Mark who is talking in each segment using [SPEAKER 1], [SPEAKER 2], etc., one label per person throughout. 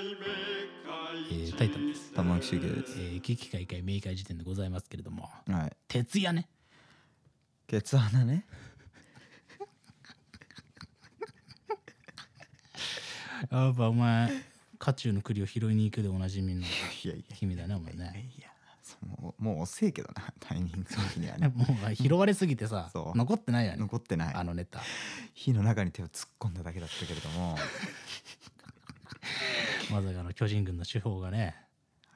[SPEAKER 1] えー、タイタンです。
[SPEAKER 2] 玉置周慶
[SPEAKER 1] え
[SPEAKER 2] です。
[SPEAKER 1] ー、危機開会明快時点でございますけれども、
[SPEAKER 2] はい。
[SPEAKER 1] 徹夜ね。
[SPEAKER 2] ケツ穴ね。
[SPEAKER 1] やっぱお前、渦中の栗を拾いに行くでおなじみの
[SPEAKER 2] いやいや
[SPEAKER 1] 君だね、お前ね。
[SPEAKER 2] いや、そのもう遅いけどな、 タイミング的にはね。
[SPEAKER 1] もう拾われすぎてさ、
[SPEAKER 2] そう
[SPEAKER 1] 残ってないよね、
[SPEAKER 2] 残ってない。
[SPEAKER 1] あのネタ。
[SPEAKER 2] 火の中に手を突っ込んだだけだったけれども、
[SPEAKER 1] まさかの巨人軍の主砲がね、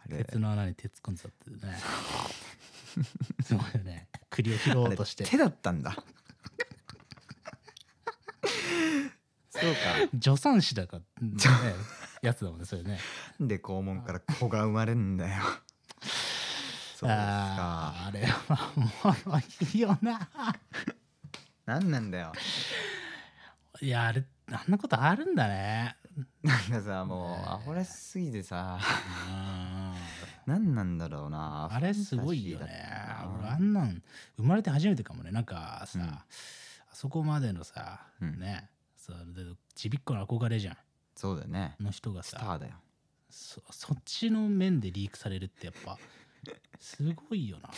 [SPEAKER 2] あれ、
[SPEAKER 1] 鉄の穴に手突っ込んでたってね。 すごいよね。栗を拾お
[SPEAKER 2] あ
[SPEAKER 1] う
[SPEAKER 2] れ
[SPEAKER 1] として。
[SPEAKER 2] 手だったんだ。そうか。
[SPEAKER 1] 助産師だか、ね
[SPEAKER 2] 助、
[SPEAKER 1] やつだもんね、それね。
[SPEAKER 2] なんで肛門から子が生まれるんだよ。そうです
[SPEAKER 1] あ
[SPEAKER 2] か。
[SPEAKER 1] ーあれはおもろいよな。
[SPEAKER 2] なんなんだよ。
[SPEAKER 1] いや、あれ、あんなことあるんだね。
[SPEAKER 2] なんかさ、もう、アホらしすぎてさ、
[SPEAKER 1] うん
[SPEAKER 2] なんなんだろうな。
[SPEAKER 1] あれすごいよ
[SPEAKER 2] ファ
[SPEAKER 1] ね
[SPEAKER 2] ンタジーだったな
[SPEAKER 1] 俺あんなん生まれて初めてかもねなんかさ、
[SPEAKER 2] うん
[SPEAKER 1] あそこまでのさ、
[SPEAKER 2] うん
[SPEAKER 1] ねそうでちびっこの憧れじゃん
[SPEAKER 2] そうだよね。
[SPEAKER 1] の人が
[SPEAKER 2] スタ
[SPEAKER 1] さ
[SPEAKER 2] ーだよ。
[SPEAKER 1] そそっちの面でリークされるってやっぱすごいよな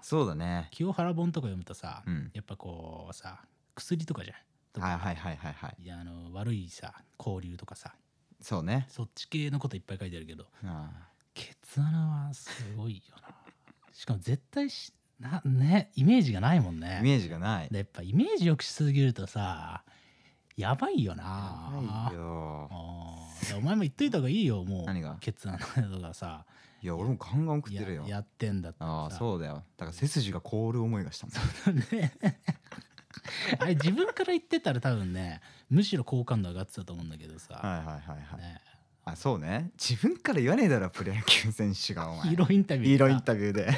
[SPEAKER 2] そうだね。
[SPEAKER 1] 清原本とか読むとさ、
[SPEAKER 2] うん。
[SPEAKER 1] やっぱこうさ薬とかじゃんとか、
[SPEAKER 2] はいはいはいはいはい。
[SPEAKER 1] いやあの悪いさ交流とかさ
[SPEAKER 2] そうね。
[SPEAKER 1] そっち系のこといっぱい書いてあるけど
[SPEAKER 2] あ
[SPEAKER 1] ケツ穴はすごいよな しかも絶対しなねイメージがないもん
[SPEAKER 2] あ
[SPEAKER 1] ね
[SPEAKER 2] イメージがない。
[SPEAKER 1] でやっぱイメージ良くしすぎるとさやばいよな
[SPEAKER 2] ないよ。
[SPEAKER 1] あーでお前も言っといた方がいいよもう
[SPEAKER 2] 何が
[SPEAKER 1] ケツ穴とかさ
[SPEAKER 2] いや、俺もガンガン食って
[SPEAKER 1] や
[SPEAKER 2] るよ。
[SPEAKER 1] やってんだって
[SPEAKER 2] ああ、
[SPEAKER 1] う
[SPEAKER 2] そうだよ。だから背筋が凍る思いがしたもん。
[SPEAKER 1] ねあれ自分から言ってたら多分ねむしろ好感度上がってたと思うんだけどさ、
[SPEAKER 2] はいはいはいはい。
[SPEAKER 1] ね、
[SPEAKER 2] あ、そうね。自分から言わねえだろ、プロ野球選手がお前。
[SPEAKER 1] ヒーローインタビュー
[SPEAKER 2] ヒーロー
[SPEAKER 1] さ
[SPEAKER 2] インタビューで。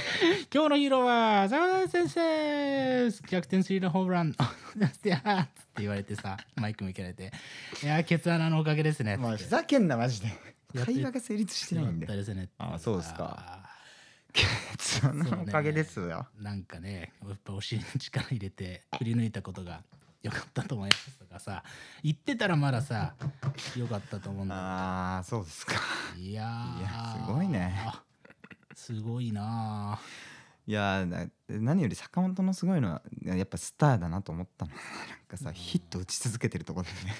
[SPEAKER 1] 今日のヒーローは澤田先生です逆転スリーランホームランいやーっつって言われてさマイク向けられて「いやーケツ穴のおかげですね」
[SPEAKER 2] まあ、
[SPEAKER 1] っ
[SPEAKER 2] ふ
[SPEAKER 1] て
[SPEAKER 2] ざけんな、マジで。
[SPEAKER 1] やって
[SPEAKER 2] 会話が成立してないん
[SPEAKER 1] よかった
[SPEAKER 2] で。
[SPEAKER 1] ですねって
[SPEAKER 2] あそうですかそ
[SPEAKER 1] そうね
[SPEAKER 2] のおかげですよ。
[SPEAKER 1] なんかねやっぱお尻に力入れて振り抜いたことが良かったと思いますとかさ言ってたらまださ良かったと思うんだ
[SPEAKER 2] ああ、そうですか。
[SPEAKER 1] けどいやー
[SPEAKER 2] いやすごいね
[SPEAKER 1] すごいなー
[SPEAKER 2] いやーな何より坂本のすごいのはやっぱスターだなと思ったのなんかさヒット打ち続けてるとこだよね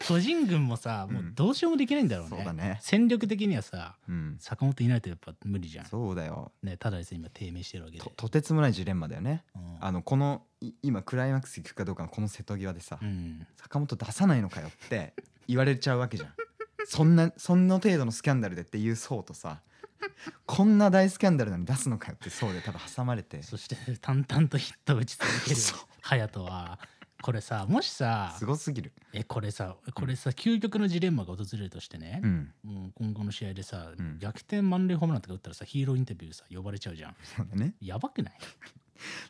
[SPEAKER 1] 巨人軍もさもうどうしようもできないんだろうね,、
[SPEAKER 2] そうだね
[SPEAKER 1] 戦力的にはさ
[SPEAKER 2] うん
[SPEAKER 1] 坂本いないとやっぱ無理じゃん
[SPEAKER 2] そうだよ
[SPEAKER 1] ね、ただですね今低迷してるわけで
[SPEAKER 2] と。とてつもないジレンマだよね
[SPEAKER 1] うん
[SPEAKER 2] あのこのい今クライマックス行くかどうかのこの瀬戸際でさ、
[SPEAKER 1] うん、
[SPEAKER 2] 坂本出さないのかよって言われちゃうわけじゃん そんなそんな程度のスキャンダルでっていう層とさ こんな大スキャンダルなのに出すのかよって層で多分挟まれて
[SPEAKER 1] そして淡々とヒットを打ち続ける
[SPEAKER 2] そう
[SPEAKER 1] 隼人はこれさもしさ
[SPEAKER 2] すごすぎる
[SPEAKER 1] えこれさこれさ究極のジレンマが訪れるとしてね
[SPEAKER 2] う、ん
[SPEAKER 1] もう今後の試合でさ、
[SPEAKER 2] うん
[SPEAKER 1] 逆転満塁ホームランとか打ったらさヒーローインタビューさ呼ばれちゃうじゃん
[SPEAKER 2] そうだね
[SPEAKER 1] やばくない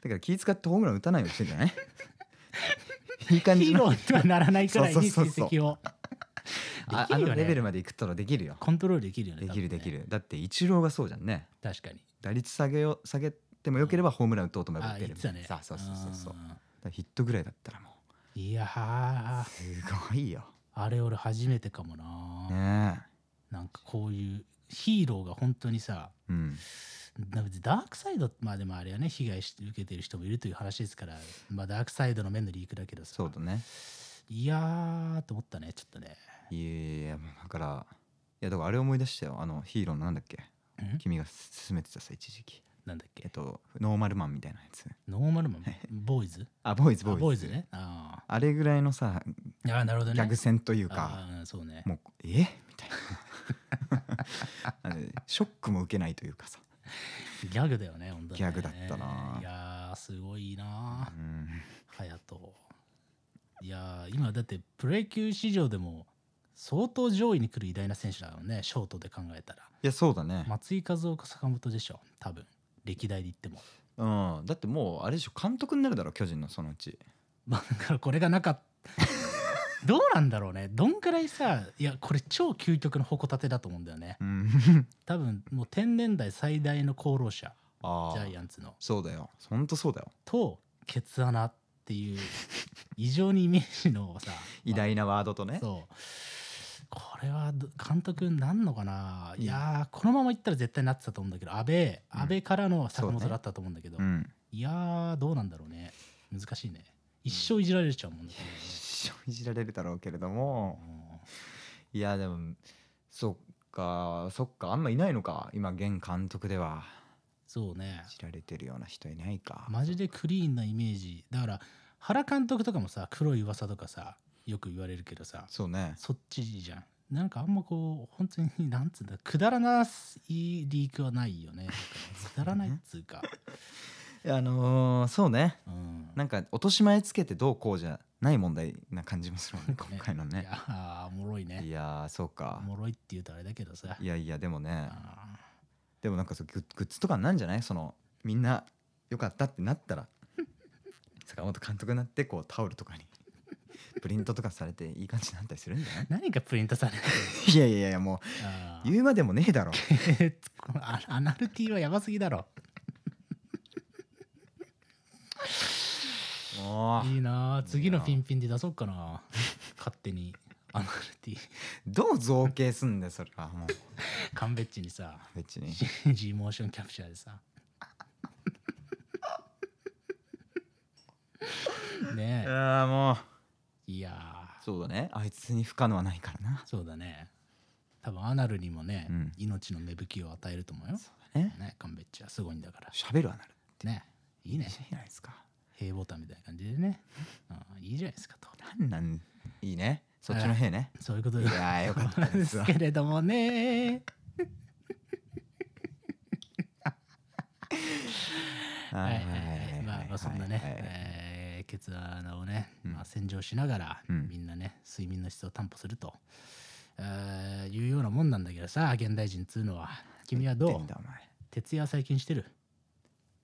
[SPEAKER 2] だから気使ってホームラン打たないようにしてんじゃない いい感じ
[SPEAKER 1] ヒー
[SPEAKER 2] の
[SPEAKER 1] ローにはならないくらい
[SPEAKER 2] そう
[SPEAKER 1] に
[SPEAKER 2] そ
[SPEAKER 1] 成
[SPEAKER 2] うそうそう
[SPEAKER 1] 績をで
[SPEAKER 2] あ
[SPEAKER 1] き
[SPEAKER 2] あ
[SPEAKER 1] るよね
[SPEAKER 2] のレベルまでいくとできるよ
[SPEAKER 1] コントロールできるよね
[SPEAKER 2] できる
[SPEAKER 1] 多分
[SPEAKER 2] で
[SPEAKER 1] ね
[SPEAKER 2] きるだってイチローがそうじゃんね
[SPEAKER 1] 確かに
[SPEAKER 2] 打率下げよ下げてもよければホームラン打とうと思えば
[SPEAKER 1] あ
[SPEAKER 2] 打て
[SPEAKER 1] 言っ
[SPEAKER 2] る
[SPEAKER 1] てたね
[SPEAKER 2] さあそうそうそうそうだか
[SPEAKER 1] ん
[SPEAKER 2] らヒットぐらいだったらも
[SPEAKER 1] いやー
[SPEAKER 2] うすごいよ
[SPEAKER 1] あれ俺初めてかもなー
[SPEAKER 2] ね
[SPEAKER 1] なんかこういうヒーローが本当にさ
[SPEAKER 2] えうん
[SPEAKER 1] な別にダークサイドまあでもあれはね被害し受けてる人もいるという話ですから、まあ、ダークサイドの面のリークだけどさ
[SPEAKER 2] そうだね
[SPEAKER 1] いやーと思ったねちょっとね
[SPEAKER 2] いやいやいやもうだからいやだからあれ思い出したよあのヒーローのなんだっけ
[SPEAKER 1] ん
[SPEAKER 2] 君が勧めてたさ一時期
[SPEAKER 1] なんだっ
[SPEAKER 2] えっ
[SPEAKER 1] け
[SPEAKER 2] とノーマルマンみたいなやつ
[SPEAKER 1] ノーマルマンボーイズ
[SPEAKER 2] あボーイズ
[SPEAKER 1] あ
[SPEAKER 2] ボーイズ
[SPEAKER 1] ボーイズねあ
[SPEAKER 2] あれぐらいのさ
[SPEAKER 1] ーあーなるほどね
[SPEAKER 2] ギャグ戦というか
[SPEAKER 1] あーそうね
[SPEAKER 2] もうえみたいな あのショックも受けないというかさ
[SPEAKER 1] ギャグだよね本当にね
[SPEAKER 2] ギャグだったない
[SPEAKER 1] やーすごいな
[SPEAKER 2] うん
[SPEAKER 1] 隼人いやー今だってプロ野球史上でも相当上位に来る偉大な選手だよねショートで考えたら
[SPEAKER 2] いやそうだね、
[SPEAKER 1] 松井一夫か坂本でしょ多分歴代で言っても
[SPEAKER 2] うん、だってもうあれでしょ監督になるだろ巨人のそのうち
[SPEAKER 1] まあだからこれがなかった どうなんだろうねどんくらいさいやこれ超究極の矛盾だと思うんだよね
[SPEAKER 2] うん
[SPEAKER 1] 多分もう天然代最大の功労者
[SPEAKER 2] あ
[SPEAKER 1] ジ
[SPEAKER 2] あ
[SPEAKER 1] ャイアンツの
[SPEAKER 2] そうだよほんとそうだよ
[SPEAKER 1] とケツ穴ってっていう異常にイメージのさ
[SPEAKER 2] 偉大なワードとね
[SPEAKER 1] そうこれはど監督なんのかな、いやーこのままいったら絶対なってたと思うんだけど安倍
[SPEAKER 2] うん
[SPEAKER 1] 安倍からの坂
[SPEAKER 2] そう
[SPEAKER 1] 本
[SPEAKER 2] ね
[SPEAKER 1] だったと思うんだけど、
[SPEAKER 2] うん
[SPEAKER 1] いやーどうなんだろうね難しいね一生いじられちゃうもんね、
[SPEAKER 2] 一生いじられるだろうけれどもいやでもそっかそっかあんまいないのか今現監督では
[SPEAKER 1] そうね
[SPEAKER 2] 知られてるような人いないか
[SPEAKER 1] マジでクリーンなイメージだから原監督とかもさ黒い噂とかさよく言われるけどさ
[SPEAKER 2] そうね
[SPEAKER 1] そっちじゃんなんかあんまこう本当になんつうんだくだらないリークはない よねなんかくだらないっつうか、
[SPEAKER 2] あのーそうね
[SPEAKER 1] うん、
[SPEAKER 2] なんか落とし前つけてどうこうじゃない問題な感じもするもんね
[SPEAKER 1] ね
[SPEAKER 2] 今回の
[SPEAKER 1] い
[SPEAKER 2] ね
[SPEAKER 1] やーおもろいね
[SPEAKER 2] いやーそう
[SPEAKER 1] お
[SPEAKER 2] か
[SPEAKER 1] もろいって言うとあれだけどさ
[SPEAKER 2] いやいやでもね
[SPEAKER 1] あ
[SPEAKER 2] でもなんかそうグッグッズとかなんじゃないそのみんなよかったってなったら 坂本監督になってこうタオルとかにプリントとかされていい感じになったりするんじゃない
[SPEAKER 1] ー何がプリントされてる
[SPEAKER 2] いやいやいやもう
[SPEAKER 1] あー
[SPEAKER 2] 言うまでもねえだろ
[SPEAKER 1] え ーこのアアナルティはやばすぎだろ
[SPEAKER 2] もう
[SPEAKER 1] いいなあ次の
[SPEAKER 2] いいなあ
[SPEAKER 1] ピンピンで出そうかな勝手にアナルティ
[SPEAKER 2] どう造形すんだよそれはもう
[SPEAKER 1] カンベッチにさ
[SPEAKER 2] 別に
[SPEAKER 1] G モーションキャプチャーで さねえ
[SPEAKER 2] ああもう
[SPEAKER 1] いやあ
[SPEAKER 2] そうだねあいつに不可能はないからな
[SPEAKER 1] そうだね多分アナルにもね、
[SPEAKER 2] うん
[SPEAKER 1] 命の芽吹きを与えると思うよ
[SPEAKER 2] ね
[SPEAKER 1] ねカンベッチはすごいんだから
[SPEAKER 2] 喋るはなる
[SPEAKER 1] ねいいね
[SPEAKER 2] いいじゃないですか
[SPEAKER 1] 平ボタンみたいな感じでね、 うん、いいじゃないですかと
[SPEAKER 2] なんなんいいねそっちの兵ね
[SPEAKER 1] そういうこと
[SPEAKER 2] い
[SPEAKER 1] で
[SPEAKER 2] やーよかった
[SPEAKER 1] で
[SPEAKER 2] です
[SPEAKER 1] す
[SPEAKER 2] わ
[SPEAKER 1] けれどもね
[SPEAKER 2] は
[SPEAKER 1] はいははい
[SPEAKER 2] いはいいはい
[SPEAKER 1] まあまあそんなね、
[SPEAKER 2] はいはい
[SPEAKER 1] えー、ケツ穴をね、
[SPEAKER 2] うん
[SPEAKER 1] まあ、洗浄しながら、
[SPEAKER 2] うん
[SPEAKER 1] みんなね睡眠の質を担保すると、えーいうようなもんなんだけどさ現代人っつうのは君はど
[SPEAKER 2] 言って
[SPEAKER 1] うん
[SPEAKER 2] だお前
[SPEAKER 1] 徹夜最近してる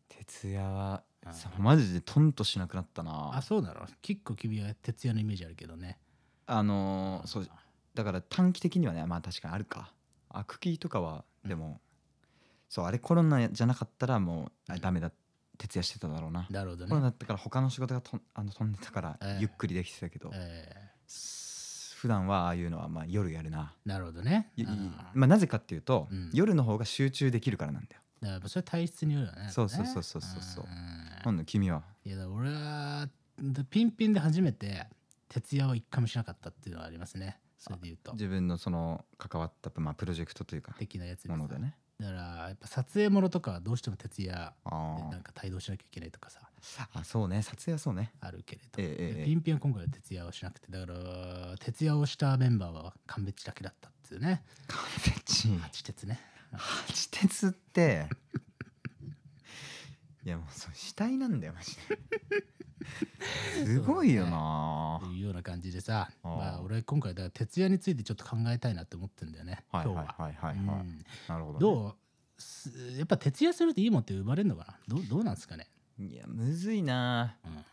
[SPEAKER 2] 徹夜は
[SPEAKER 1] うん
[SPEAKER 2] さマジでトンとしなくなった
[SPEAKER 1] あ
[SPEAKER 2] な
[SPEAKER 1] そうなの結構君は徹夜のイメージあるけどね
[SPEAKER 2] あのーそうだから短期的にはねまあ確かにあるかあクキとかは
[SPEAKER 1] うん
[SPEAKER 2] でも、そうあれコロナじゃなかったらもう、あ
[SPEAKER 1] うん
[SPEAKER 2] ダメだ徹夜してただろうな
[SPEAKER 1] なるほど
[SPEAKER 2] コロナ
[SPEAKER 1] ね、
[SPEAKER 2] だったから他の仕事がとんあの飛んでたから
[SPEAKER 1] ええ
[SPEAKER 2] ゆっくりできてたけど、
[SPEAKER 1] え
[SPEAKER 2] す普段はああいうのはまあ夜やるな
[SPEAKER 1] ーなるほどね
[SPEAKER 2] ゆ
[SPEAKER 1] あー
[SPEAKER 2] まあ、なぜかっていうと、
[SPEAKER 1] うん
[SPEAKER 2] 夜の方が集中できるからなんだよ
[SPEAKER 1] だからそれは体質によるよね
[SPEAKER 2] そうそうそうそうそうそうん今度君はい
[SPEAKER 1] やだから俺はでピンピンで初めて徹夜を一回もしなかったっていうのはありますねそれで言うと
[SPEAKER 2] 自分のその関わった、まあ、プロジェクトというか
[SPEAKER 1] 的なやつで
[SPEAKER 2] も
[SPEAKER 1] さ
[SPEAKER 2] のでね
[SPEAKER 1] だからやっぱ撮影ものとかはどうしても徹夜で
[SPEAKER 2] あ
[SPEAKER 1] なんか帯同しなきゃいけないとかさ
[SPEAKER 2] ああそうね撮影はそう ね
[SPEAKER 1] あるけれど、
[SPEAKER 2] ええええ
[SPEAKER 1] ピンピンは今回は徹夜をしなくてだから徹夜をしたメンバーは勘別だけだったっていうね
[SPEAKER 2] 完璧
[SPEAKER 1] 八徹ね
[SPEAKER 2] 八鉄っていやもうそう死体なんだよマジですごいよな、
[SPEAKER 1] っていうような感じでさ
[SPEAKER 2] あー
[SPEAKER 1] まあ、俺今回だから徹夜についてちょっと考えたいなって思ってんだよね
[SPEAKER 2] はい
[SPEAKER 1] 今
[SPEAKER 2] はい
[SPEAKER 1] 日は。
[SPEAKER 2] はいはいはい、
[SPEAKER 1] うん
[SPEAKER 2] なるほど、ね、
[SPEAKER 1] どうすやっぱ徹夜するといいもんって生まれるのかなどうどうなんですかね、
[SPEAKER 2] いやむずいな
[SPEAKER 1] うん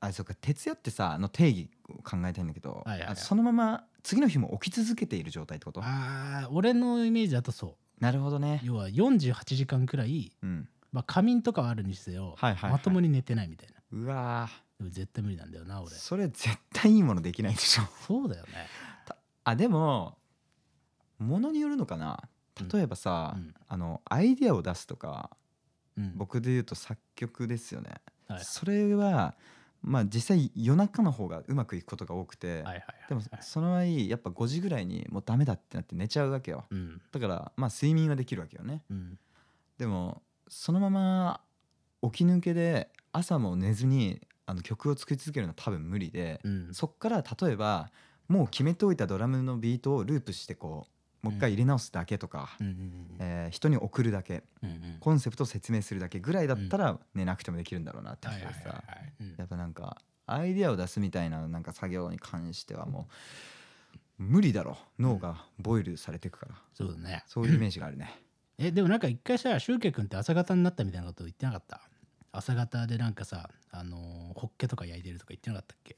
[SPEAKER 2] あそっか徹夜ってさあの定義を考えたいんだけど、
[SPEAKER 1] はいはいはい
[SPEAKER 2] あそのまま次の日も起き続けている状態ってこと
[SPEAKER 1] あー俺のイメージだとそ
[SPEAKER 2] なるほどね
[SPEAKER 1] う要は48時間くらい、
[SPEAKER 2] うん
[SPEAKER 1] まあ、仮眠とかはあるにせよ、
[SPEAKER 2] はいはいはい
[SPEAKER 1] まともに寝てないみたいな
[SPEAKER 2] うわ
[SPEAKER 1] でも絶対無理なんだよな
[SPEAKER 2] ー
[SPEAKER 1] 俺そ
[SPEAKER 2] それ絶対いいものできないでしょ
[SPEAKER 1] うだよね
[SPEAKER 2] あでもものによるのかな例えばさ、
[SPEAKER 1] うん
[SPEAKER 2] あのアイディアを出すとか
[SPEAKER 1] うん
[SPEAKER 2] 僕で言うと作曲ですよね、
[SPEAKER 1] はい
[SPEAKER 2] それはまあ実際夜中の方がうまくいくことが多くて、
[SPEAKER 1] はいはいはい
[SPEAKER 2] でもその場合やっぱ5時ぐらいにもうダメだってなって寝ちゃうわけよ
[SPEAKER 1] うん
[SPEAKER 2] だからまあ睡眠はできるわけよね
[SPEAKER 1] うん
[SPEAKER 2] でもそのまま起き抜けで朝も寝ずにあの曲を作り続けるのは多分無理で、
[SPEAKER 1] うん
[SPEAKER 2] そっから例えばもう決めておいたドラムのビートをループしてこうもう一回入れ直すだけとか、
[SPEAKER 1] うんうん
[SPEAKER 2] えー人に送るだけ
[SPEAKER 1] うんうん
[SPEAKER 2] コンセプトを説明するだけぐらいだったら寝なくてもできるんだろうなって
[SPEAKER 1] はい
[SPEAKER 2] 思
[SPEAKER 1] は
[SPEAKER 2] っ
[SPEAKER 1] い
[SPEAKER 2] て
[SPEAKER 1] は
[SPEAKER 2] さ、
[SPEAKER 1] いはいうん
[SPEAKER 2] やっぱなんかアイデアを出すみたいななんか作業に関してはもう無理だろ脳がボイルされてくから、
[SPEAKER 1] そうだね
[SPEAKER 2] そういうイメージがあ るね
[SPEAKER 1] えでもなんか一回さしゅうけくんって朝方になったみたいなこと言ってなかった朝方でなんかさあのーホッケとか焼いてるとか言ってなかったっけ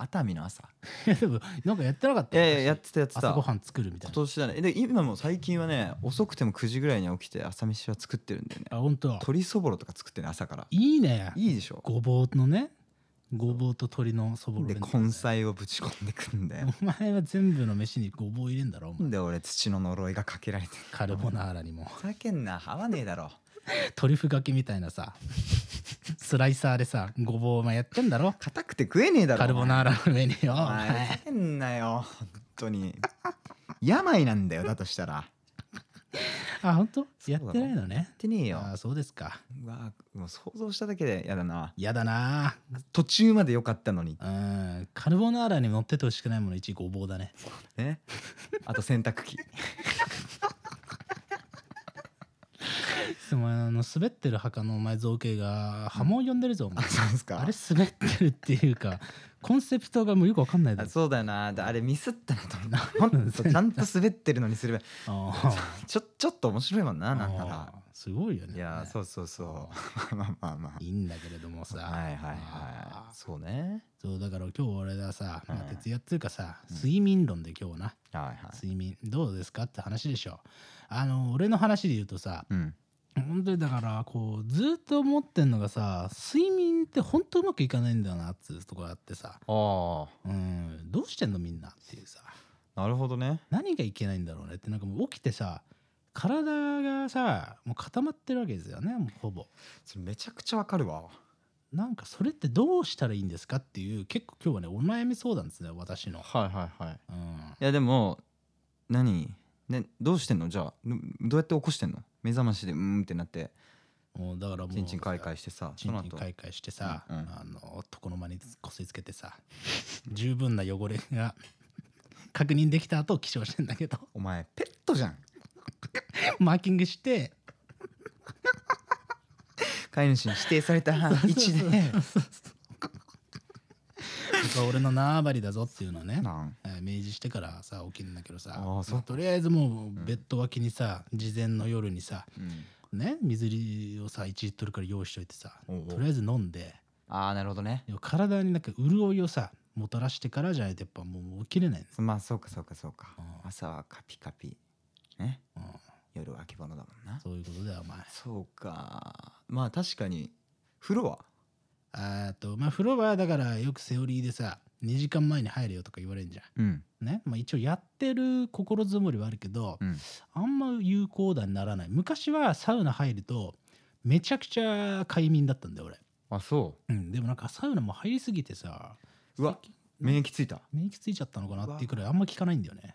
[SPEAKER 2] 熱海の朝
[SPEAKER 1] いやでもなんかやってなかった
[SPEAKER 2] いやいややってたやってた
[SPEAKER 1] 朝ごはん作るみた
[SPEAKER 2] 今
[SPEAKER 1] いな
[SPEAKER 2] 年だねえで今も最近はね遅くても9時ぐらいに起きて朝飯は作ってるんだよね
[SPEAKER 1] あ本当
[SPEAKER 2] 鶏そぼろとか作ってね朝から
[SPEAKER 1] いいね
[SPEAKER 2] いいでしょ
[SPEAKER 1] ごぼうのねごぼうと鶏のそぼろ
[SPEAKER 2] で
[SPEAKER 1] 弁当
[SPEAKER 2] 根菜をぶち込んでく んだよ
[SPEAKER 1] お前は全部の飯にごぼう入れんだ ろお前
[SPEAKER 2] で俺土の呪いがかけられてる
[SPEAKER 1] カルボナーラにも
[SPEAKER 2] ふざけんな合わねえだろ
[SPEAKER 1] トリュフがけみたいなさスライサーでさごぼうお前やってんだろ
[SPEAKER 2] 硬くて食えねえだろ
[SPEAKER 1] カルボナーラの上によお
[SPEAKER 2] お前お前ふざ
[SPEAKER 1] 前
[SPEAKER 2] けんなよ本当に病なんだよだとしたらや
[SPEAKER 1] あ本当
[SPEAKER 2] う
[SPEAKER 1] や
[SPEAKER 2] だ
[SPEAKER 1] っ
[SPEAKER 2] ろ
[SPEAKER 1] てないのね
[SPEAKER 2] ってねえよ
[SPEAKER 1] あそうですか
[SPEAKER 2] うわもう想像しただけでやだな
[SPEAKER 1] やだな
[SPEAKER 2] 途中まで良かったのに
[SPEAKER 1] うんカルボナーラに乗っててほしくないもの1位ごぼうだね
[SPEAKER 2] ねあと洗濯機
[SPEAKER 1] お前あの滑ってる墓のお前造形が波紋を呼んでるぞお
[SPEAKER 2] あ
[SPEAKER 1] 前
[SPEAKER 2] そうですか
[SPEAKER 1] あれ滑ってるっていうかコンセプトがもうよくわかんないだ
[SPEAKER 2] あ
[SPEAKER 1] ろ
[SPEAKER 2] そうだよなだあれミスったなと思 ったほんとちゃんと滑ってるのにすれば
[SPEAKER 1] あ
[SPEAKER 2] ちょちょっと面白いもんな
[SPEAKER 1] あ
[SPEAKER 2] なんなら
[SPEAKER 1] すごいよね
[SPEAKER 2] いやそうそうそう まあまあまあ
[SPEAKER 1] いいんだけれどもさ
[SPEAKER 2] はいはい
[SPEAKER 1] あ
[SPEAKER 2] は
[SPEAKER 1] ー
[SPEAKER 2] いそうね
[SPEAKER 1] そうだから今日俺がさ、まあ、
[SPEAKER 2] うん
[SPEAKER 1] 徹夜っていうかさ、
[SPEAKER 2] うん
[SPEAKER 1] 睡眠論で今日な
[SPEAKER 2] はいはい
[SPEAKER 1] 睡眠どうですかって話でしょあの俺の話で言うとさ
[SPEAKER 2] うん
[SPEAKER 1] 本当にだからこうずっと思ってんのがさ睡眠って本当うまくいかないんだよなっつうとこがあってさ
[SPEAKER 2] あ
[SPEAKER 1] うんどうしてんのみんなっていうさ
[SPEAKER 2] あなるほどね
[SPEAKER 1] 何がいけないんだろうねってなんかもう起きてさ体がさもう固まってるわけですよねもうほぼ
[SPEAKER 2] それめちゃくちゃわかるわ
[SPEAKER 1] なんかそれってどうしたらいいんですかっていう結構今日はねお悩み相談ですね私の、
[SPEAKER 2] はいはいはい
[SPEAKER 1] うん、
[SPEAKER 2] いやでも何ねどうしてんのじゃあどどうやって起こしてんの目覚ましでうーんってなって
[SPEAKER 1] もうだからもう
[SPEAKER 2] ちんちん開会してさ
[SPEAKER 1] チ
[SPEAKER 2] その
[SPEAKER 1] ンチン
[SPEAKER 2] 後
[SPEAKER 1] 開会してさ、
[SPEAKER 2] うんうん
[SPEAKER 1] あの床の間にこすりつけてさ十分な汚れが 確認できた後起床してんだけど
[SPEAKER 2] お前ペットじゃん
[SPEAKER 1] マーキングして
[SPEAKER 2] 飼い主に指定された位置で
[SPEAKER 1] これ俺の縄張りだぞっていうのをね
[SPEAKER 2] なん
[SPEAKER 1] えー明示してからさ起きるんだけどさ
[SPEAKER 2] あーそう
[SPEAKER 1] まあとりあえずもうベッド脇にさ事前の夜にさ
[SPEAKER 2] うん
[SPEAKER 1] ね水をさ1リットルから用意しといてさ
[SPEAKER 2] おうおう
[SPEAKER 1] とりあえず飲んで
[SPEAKER 2] ああなるほどね
[SPEAKER 1] でも体になんか潤いをさもたらしてからじゃないとやっぱもう起きれないんです、
[SPEAKER 2] そまあそうかそうかそうか
[SPEAKER 1] うん
[SPEAKER 2] 朝はカピカピね
[SPEAKER 1] うん
[SPEAKER 2] 夜はあけぼのだもんな
[SPEAKER 1] そういうことだよお前
[SPEAKER 2] そうかまあ確かに風呂は
[SPEAKER 1] あーとまあ風呂はだからよくセオリーでさ2時間前に入れよとか言われるじゃ
[SPEAKER 2] うん
[SPEAKER 1] んね、まあ、一応やってる心づもりはあるけど、
[SPEAKER 2] うん
[SPEAKER 1] あんま有効打にならない昔はサウナ入るとめちゃくちゃ快眠だったんだよ俺、
[SPEAKER 2] あそ
[SPEAKER 1] うん、でもなんかサウナも入りすぎてさ
[SPEAKER 2] ううわ免疫ついた
[SPEAKER 1] 免疫ついちゃったのかなっていうくらいあんま効かないんだよね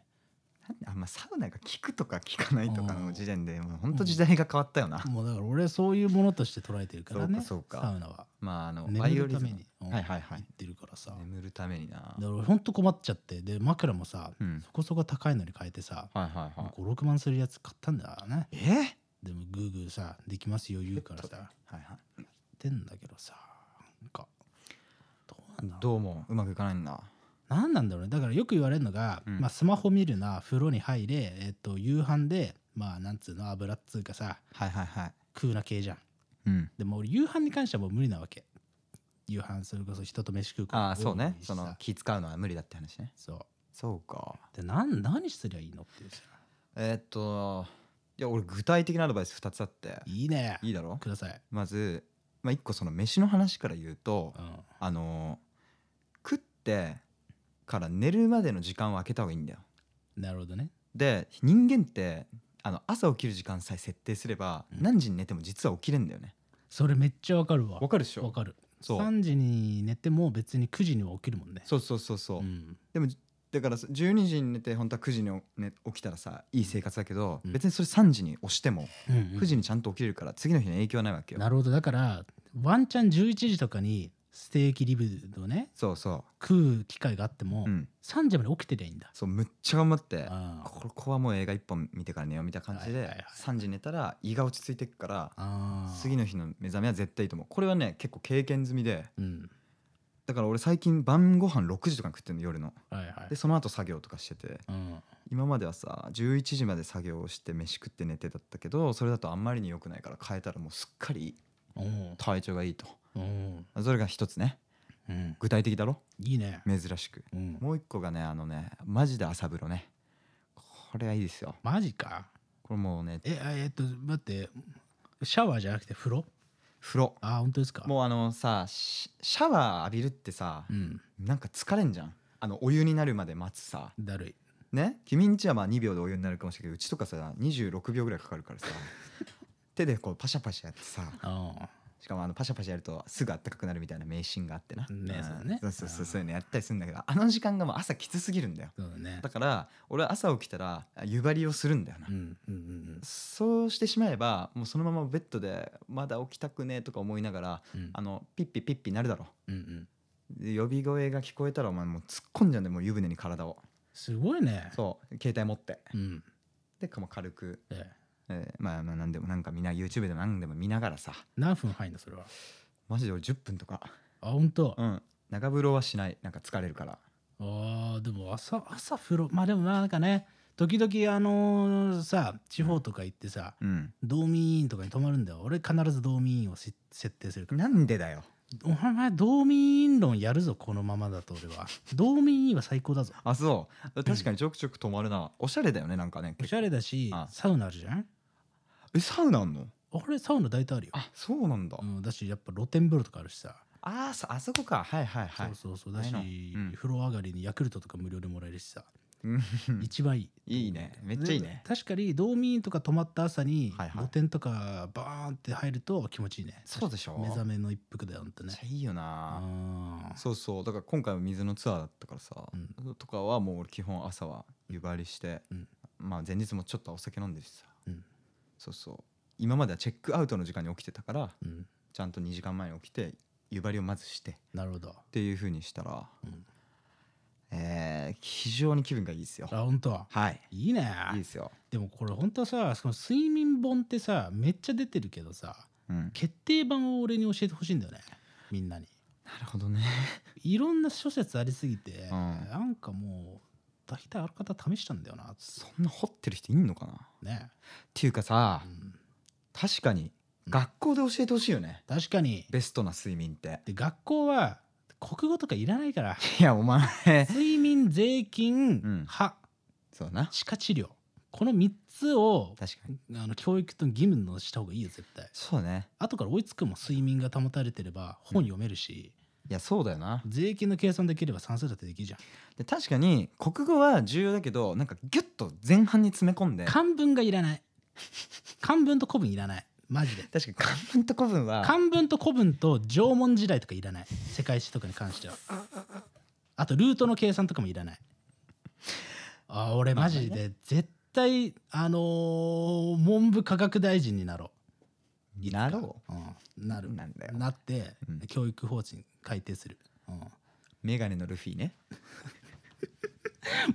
[SPEAKER 2] なんであんまサウナが効くとか効かないとか
[SPEAKER 1] うん
[SPEAKER 2] の時点でもう本当時代が変わったよな、
[SPEAKER 1] もうだから俺はそういうものとして捉えてるからね
[SPEAKER 2] そうかそうか
[SPEAKER 1] サウナは
[SPEAKER 2] まああのバイ
[SPEAKER 1] 眠
[SPEAKER 2] オ
[SPEAKER 1] る
[SPEAKER 2] リ
[SPEAKER 1] た
[SPEAKER 2] ズ
[SPEAKER 1] め
[SPEAKER 2] ム
[SPEAKER 1] に、うん
[SPEAKER 2] はいはいはい
[SPEAKER 1] 行ってるからさ
[SPEAKER 2] 眠るためにな
[SPEAKER 1] だから俺ほんと困っちゃってで枕もさ
[SPEAKER 2] うん
[SPEAKER 1] そこそこ高いのに変えてさ、
[SPEAKER 2] はいはいはい
[SPEAKER 1] 56万するやつ買ったんだよね
[SPEAKER 2] えはい
[SPEAKER 1] でもグーグーさできますよ言うからさ
[SPEAKER 2] ちょっと
[SPEAKER 1] や
[SPEAKER 2] はい
[SPEAKER 1] ってんだけどさなんかどうなんだろ
[SPEAKER 2] どうもうまくいかないんだ
[SPEAKER 1] うなんなんだろうねだからよく言われるのが、
[SPEAKER 2] うん
[SPEAKER 1] まあ、スマホ見るな風呂に入れ、えっと夕飯でまあなんつうの油っつうかさ
[SPEAKER 2] はいはいはい
[SPEAKER 1] 食うな系じゃん
[SPEAKER 2] うん
[SPEAKER 1] でも俺夕飯に関してはもう無理なわけ夕飯それこそ人と飯食うこと
[SPEAKER 2] あ
[SPEAKER 1] が
[SPEAKER 2] あ
[SPEAKER 1] 多い
[SPEAKER 2] そうね
[SPEAKER 1] し
[SPEAKER 2] そ
[SPEAKER 1] さ
[SPEAKER 2] の気使うのは無理だって話ね
[SPEAKER 1] そう
[SPEAKER 2] そうか
[SPEAKER 1] でなん何すりゃいいのっていうさ
[SPEAKER 2] えーっといや俺具体的なアドバイス2つあって
[SPEAKER 1] いいね
[SPEAKER 2] いいだろ
[SPEAKER 1] ください、
[SPEAKER 2] まず、まあ、1個その飯の話から言うと
[SPEAKER 1] うん、
[SPEAKER 2] あのー食ってから寝るまでの時間を空けた方がいいんだよ
[SPEAKER 1] なるほどね
[SPEAKER 2] で人間ってあの朝起きる時間さえ設定すれば、
[SPEAKER 1] うん
[SPEAKER 2] 何時に寝ても実は起きれんだよね
[SPEAKER 1] それめっちゃわかるわ
[SPEAKER 2] わかるでし
[SPEAKER 1] わ
[SPEAKER 2] ょ
[SPEAKER 1] かる
[SPEAKER 2] そう
[SPEAKER 1] 3時に寝ても別に9時には起きるもんね
[SPEAKER 2] そうそうそうそう、
[SPEAKER 1] うん
[SPEAKER 2] でもだからさ12時に寝て本当は9時に、ね、起きたらさいい生活だけど、
[SPEAKER 1] うん
[SPEAKER 2] 別にそれ3時に押しても
[SPEAKER 1] うんうん
[SPEAKER 2] 9時にちゃんと起きれるから次の日に影響はないわけよ、
[SPEAKER 1] なるほどだからワンチャン11時とかにステーキリブのね
[SPEAKER 2] そうそ
[SPEAKER 1] 食う機会があっても、
[SPEAKER 2] ううん
[SPEAKER 1] 3時まで起きてりゃいいんだ
[SPEAKER 2] そうむっちゃ頑張って
[SPEAKER 1] あ
[SPEAKER 2] ここはもう映画1本見てから寝ようみたいな感じ
[SPEAKER 1] はいはい
[SPEAKER 2] で
[SPEAKER 1] はい
[SPEAKER 2] 3時寝たら胃が落ち着いてくから
[SPEAKER 1] あ
[SPEAKER 2] 次の日の目覚めは絶対いいと思うこれはね結構経験済みで
[SPEAKER 1] うん
[SPEAKER 2] だから俺最近晩ご飯6時とかに食ってんの夜の
[SPEAKER 1] はいはい
[SPEAKER 2] でその後作業とかしてて
[SPEAKER 1] うん、
[SPEAKER 2] 今まではさ11時まで作業をして飯食って寝てだったけどそれだとあんまりに良くないから変えたらもうすっかり
[SPEAKER 1] おう
[SPEAKER 2] 体調がいいと
[SPEAKER 1] おう
[SPEAKER 2] それが一つね
[SPEAKER 1] うん、
[SPEAKER 2] 具体的だろ
[SPEAKER 1] いいね、
[SPEAKER 2] 珍しく
[SPEAKER 1] うん、
[SPEAKER 2] もう一個がねあのねマジで朝風呂ねこれはいいですよ
[SPEAKER 1] マジか
[SPEAKER 2] これもうね
[SPEAKER 1] えあえっと待ってシャワーじゃなくて風呂
[SPEAKER 2] 風呂
[SPEAKER 1] あ本当ですか
[SPEAKER 2] もうあのさシシャワー浴びるってさ
[SPEAKER 1] う、ん
[SPEAKER 2] なんか疲れんじゃんあのお湯になるまで待つさ
[SPEAKER 1] だるい
[SPEAKER 2] ね君んちはまあ2秒でお湯になるかもしれないけどうちとかさ26秒ぐらいかかるからさ手でこうパシャパシャやってさ
[SPEAKER 1] あ
[SPEAKER 2] しかもあのパシャパシャやるとすぐあったかくなるみたいな迷信があってな、
[SPEAKER 1] ね
[SPEAKER 2] うん
[SPEAKER 1] そうだね
[SPEAKER 2] そうそうそうそういうのやったりするんだけどあの時間がもう朝きつすぎるんだよ
[SPEAKER 1] ーそうだね
[SPEAKER 2] だから俺は朝起きたらあ湯張りをするんだよな、
[SPEAKER 1] うんうんうん
[SPEAKER 2] そうしてしまえばもうそのままベッドでまだ起きたくねえとか思いながら
[SPEAKER 1] うん
[SPEAKER 2] あのピッピピッピなるだろ
[SPEAKER 1] うんうん
[SPEAKER 2] で呼び声が聞こえたらお前もう突っ込んじゃうんだよもう湯船に体を
[SPEAKER 1] すごいね
[SPEAKER 2] そう携帯持って
[SPEAKER 1] うん
[SPEAKER 2] でかもう軽く、
[SPEAKER 1] ええ
[SPEAKER 2] えーまあまあ何でもなんか見な YouTube でも何でも見ながらさ
[SPEAKER 1] 何分入んだそれは
[SPEAKER 2] マジで俺10分とか
[SPEAKER 1] あ本当
[SPEAKER 2] うん長風呂はしないなんか疲れるから
[SPEAKER 1] あーでも朝朝風呂まあでもなんかね時々あのーさ地方とか行ってさ
[SPEAKER 2] うん
[SPEAKER 1] 道民委員とかに泊まるんだよ俺必ず道民委員をし設定するから
[SPEAKER 2] なんでだよ
[SPEAKER 1] お前道民委員論やるぞこのままだと俺は道民委員は最高だぞ
[SPEAKER 2] あそう確かにちょくちょく泊まるな、おしゃれだよねなんかね
[SPEAKER 1] おしゃれだし
[SPEAKER 2] あ
[SPEAKER 1] サウナあるじゃん
[SPEAKER 2] えサウナあんの
[SPEAKER 1] 俺サウナ大体あるよ、
[SPEAKER 2] あそうなんだ、
[SPEAKER 1] うん、だしやっぱ露天風呂とかあるしさ、
[SPEAKER 2] あーそあそこかはいはいはい
[SPEAKER 1] そうそうそうだ
[SPEAKER 2] あ
[SPEAKER 1] し、
[SPEAKER 2] あいうのうん
[SPEAKER 1] 風呂上がりにヤクルトとか無料でもらえるしさ、
[SPEAKER 2] うん
[SPEAKER 1] 一番いい
[SPEAKER 2] いいねめっちゃいいね
[SPEAKER 1] で確かに道民とか泊まった朝に
[SPEAKER 2] はいは
[SPEAKER 1] 露
[SPEAKER 2] い
[SPEAKER 1] 天とかバーンって入ると気持ちいいね
[SPEAKER 2] そうでしょ
[SPEAKER 1] 目覚めの一服だよほんと
[SPEAKER 2] めっ
[SPEAKER 1] ね
[SPEAKER 2] ちゃいいよな
[SPEAKER 1] あ
[SPEAKER 2] そうそうだから今回は水のツアーだったからさ、とかはもう俺基本朝は湯張りして、
[SPEAKER 1] うん
[SPEAKER 2] まあ前日もちょっとお酒飲んでるしさ、
[SPEAKER 1] うん
[SPEAKER 2] そうそう今まではチェックアウトの時間に起きてたから
[SPEAKER 1] ーうん
[SPEAKER 2] ちゃんと2時間前に起きて湯張りをまずしてっ
[SPEAKER 1] なるほど
[SPEAKER 2] ていうふうにしたら、
[SPEAKER 1] うん
[SPEAKER 2] えー非常に気分がいいですよ
[SPEAKER 1] あ本当
[SPEAKER 2] はい
[SPEAKER 1] いいね
[SPEAKER 2] いいですよ、
[SPEAKER 1] でもこれ本当さその睡眠本ってさめっちゃ出てるけどさ
[SPEAKER 2] うん、
[SPEAKER 1] 決定版を俺に教えてほしいんだよねみんなに
[SPEAKER 2] なるほどね
[SPEAKER 1] いろんな諸説ありすぎて、
[SPEAKER 2] ん
[SPEAKER 1] なんかもう大体ある方試したんだよな
[SPEAKER 2] そんな掘ってる人いんのかなっ
[SPEAKER 1] ね、
[SPEAKER 2] ていうかさ、
[SPEAKER 1] うん
[SPEAKER 2] 確かに
[SPEAKER 1] うん
[SPEAKER 2] 学校で教えてほしいよね、
[SPEAKER 1] 確かに
[SPEAKER 2] ベストな睡眠って
[SPEAKER 1] で学校は国語とかいらないから
[SPEAKER 2] いやお前
[SPEAKER 1] 睡眠税金、
[SPEAKER 2] うん
[SPEAKER 1] 歯
[SPEAKER 2] そうな
[SPEAKER 1] 歯科治療この3つを
[SPEAKER 2] 確かに
[SPEAKER 1] あの教育と義務のした方がいいよ絶対
[SPEAKER 2] そうね
[SPEAKER 1] 後から追いつくもん睡眠が保たれてれば本読めるし、
[SPEAKER 2] いやそうだよな
[SPEAKER 1] 税金の計算できれば算数だってできるじゃん
[SPEAKER 2] で確かに国語は重要だけどなんかギュッと前半に詰め込んで確か
[SPEAKER 1] 漢文がいらない漢文と古文いらないマジで
[SPEAKER 2] に漢文と古文は
[SPEAKER 1] 漢文と古文と縄文時代とかいらない世界史とかに関してはあとルートの計算とかもいらないあ俺マジで絶対あのー文部科学大臣になろういつか
[SPEAKER 2] なろ
[SPEAKER 1] うん、なる
[SPEAKER 2] なんだよ
[SPEAKER 1] なって、
[SPEAKER 2] うん
[SPEAKER 1] 教育法人改定する、うん、
[SPEAKER 2] メガネのルフィね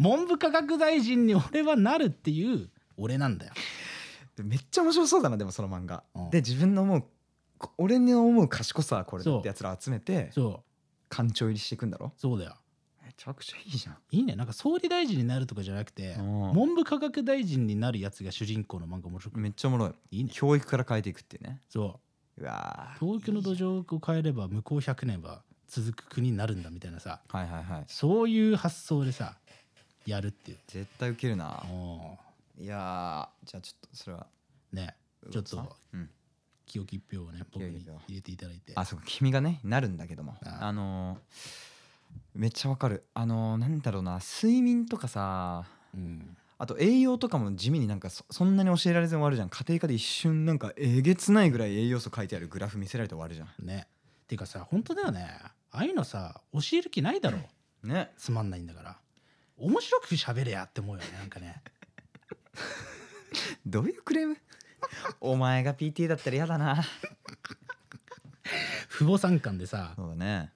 [SPEAKER 1] 文部科学大臣に俺はなるっていう俺なんだよ
[SPEAKER 2] でめっちゃ面白そうだなでもその漫画、
[SPEAKER 1] うん
[SPEAKER 2] で自分の思うこ俺の思う賢さはこれだ
[SPEAKER 1] そう
[SPEAKER 2] ってやつら集めて
[SPEAKER 1] そう
[SPEAKER 2] 官庁入りしていくんだろ
[SPEAKER 1] そうだよ
[SPEAKER 2] めちゃくちゃいいじゃん
[SPEAKER 1] いいねなんか総理大臣になるとかじゃなくて
[SPEAKER 2] うん
[SPEAKER 1] 文部科学大臣になるやつが主人公の漫画面白くない
[SPEAKER 2] めっちゃおもろい
[SPEAKER 1] いいね
[SPEAKER 2] 教育から変えていくっていうね
[SPEAKER 1] そう
[SPEAKER 2] わー
[SPEAKER 1] う東京の土
[SPEAKER 2] いいじ
[SPEAKER 1] 壌を変えれば向こう100年は続く国になるんだみたいなさ
[SPEAKER 2] ゃんはいはいはい
[SPEAKER 1] そういう発想でさやるっていう
[SPEAKER 2] 絶対ウケるな
[SPEAKER 1] お
[SPEAKER 2] いやーじゃあちょっとそれは
[SPEAKER 1] ーねちょっと
[SPEAKER 2] うん
[SPEAKER 1] 清き一票をね僕に
[SPEAKER 2] 清き一票
[SPEAKER 1] 入れていただいて
[SPEAKER 2] あそうか君がねなるんだけども
[SPEAKER 1] あ
[SPEAKER 2] あ
[SPEAKER 1] あ
[SPEAKER 2] のーめっちゃわかるあのーなんだろうな睡眠とかさ
[SPEAKER 1] うん
[SPEAKER 2] あと栄養とかも地味になんかそそんなに教えられずに終わるじゃん家庭科で一瞬なんかえげつないぐらい栄養素書いてあるグラフ見せられて終わるじゃ
[SPEAKER 1] ねてかさ本当だよねああいうのさ教える気ないだろ
[SPEAKER 2] んね
[SPEAKER 1] つまんないんだから面白く喋れやって思うよねなんかね
[SPEAKER 2] どういうクレー ムお前が PT だったら嫌だな
[SPEAKER 1] 父母参観でさ
[SPEAKER 2] そうだね